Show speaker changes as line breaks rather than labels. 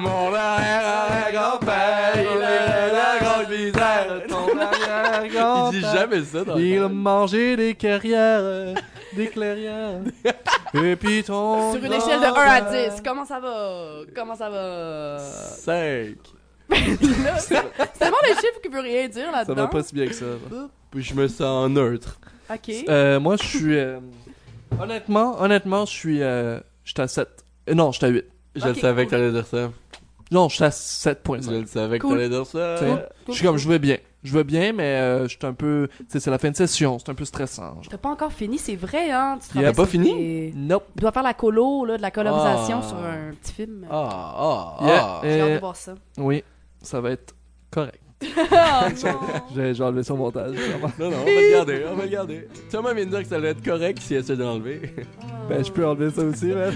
Mon arrière-arrière-grand-père, il est la grande misère. Ton arrière-grand-père.
Il dit jamais ça dans
Il mangeait des carrières, euh, des clairières. Et puis ton.
Oh
Sur une échelle de 1 à 10, comment ça va? Comment ça va?
euh,
5.
Là, c'est c'est tellement le chiffre qui veut rien dire
Ça va
là-dedans.
pas si bien que ça. là.
Puis je me sens neutre.
Ok.
Euh, moi, je suis. euh, honnêtement, honnêtement, je suis. Euh, je suis à 7. Euh, non, je suis à 8.
Je
Ok,
le savais que
cool.
t'allais dire ça.
Non, je suis à
Je
7.5.
le savais que
Cool.
t'allais dire ça.
Tu sais, Je suis comme, je vais bien. Je vais bien, mais euh, je suis un peu. Tu sais, c'est la fin de session. C'est un peu stressant. genre.
T'as pas encore fini, c'est vrai, hein? Tu
Il a
travailles
pas
sur
fini?
des-
Nope.
Il doit faire la colo, là, de la colorisation
Ah.
sur un petit film.
Ah, ah, ah.
Yeah.
J'ai hâte de
Euh,
voir ça.
Oui, ça va être correct.
Ah, non.
J'ai j'ai enlevé son montage. vraiment.
Non, non, on va le garder, on va le garder. Thomas vient de dire que ça allait être correct si elle essaie de l'enlever.
ben, je peux enlever ça aussi, man.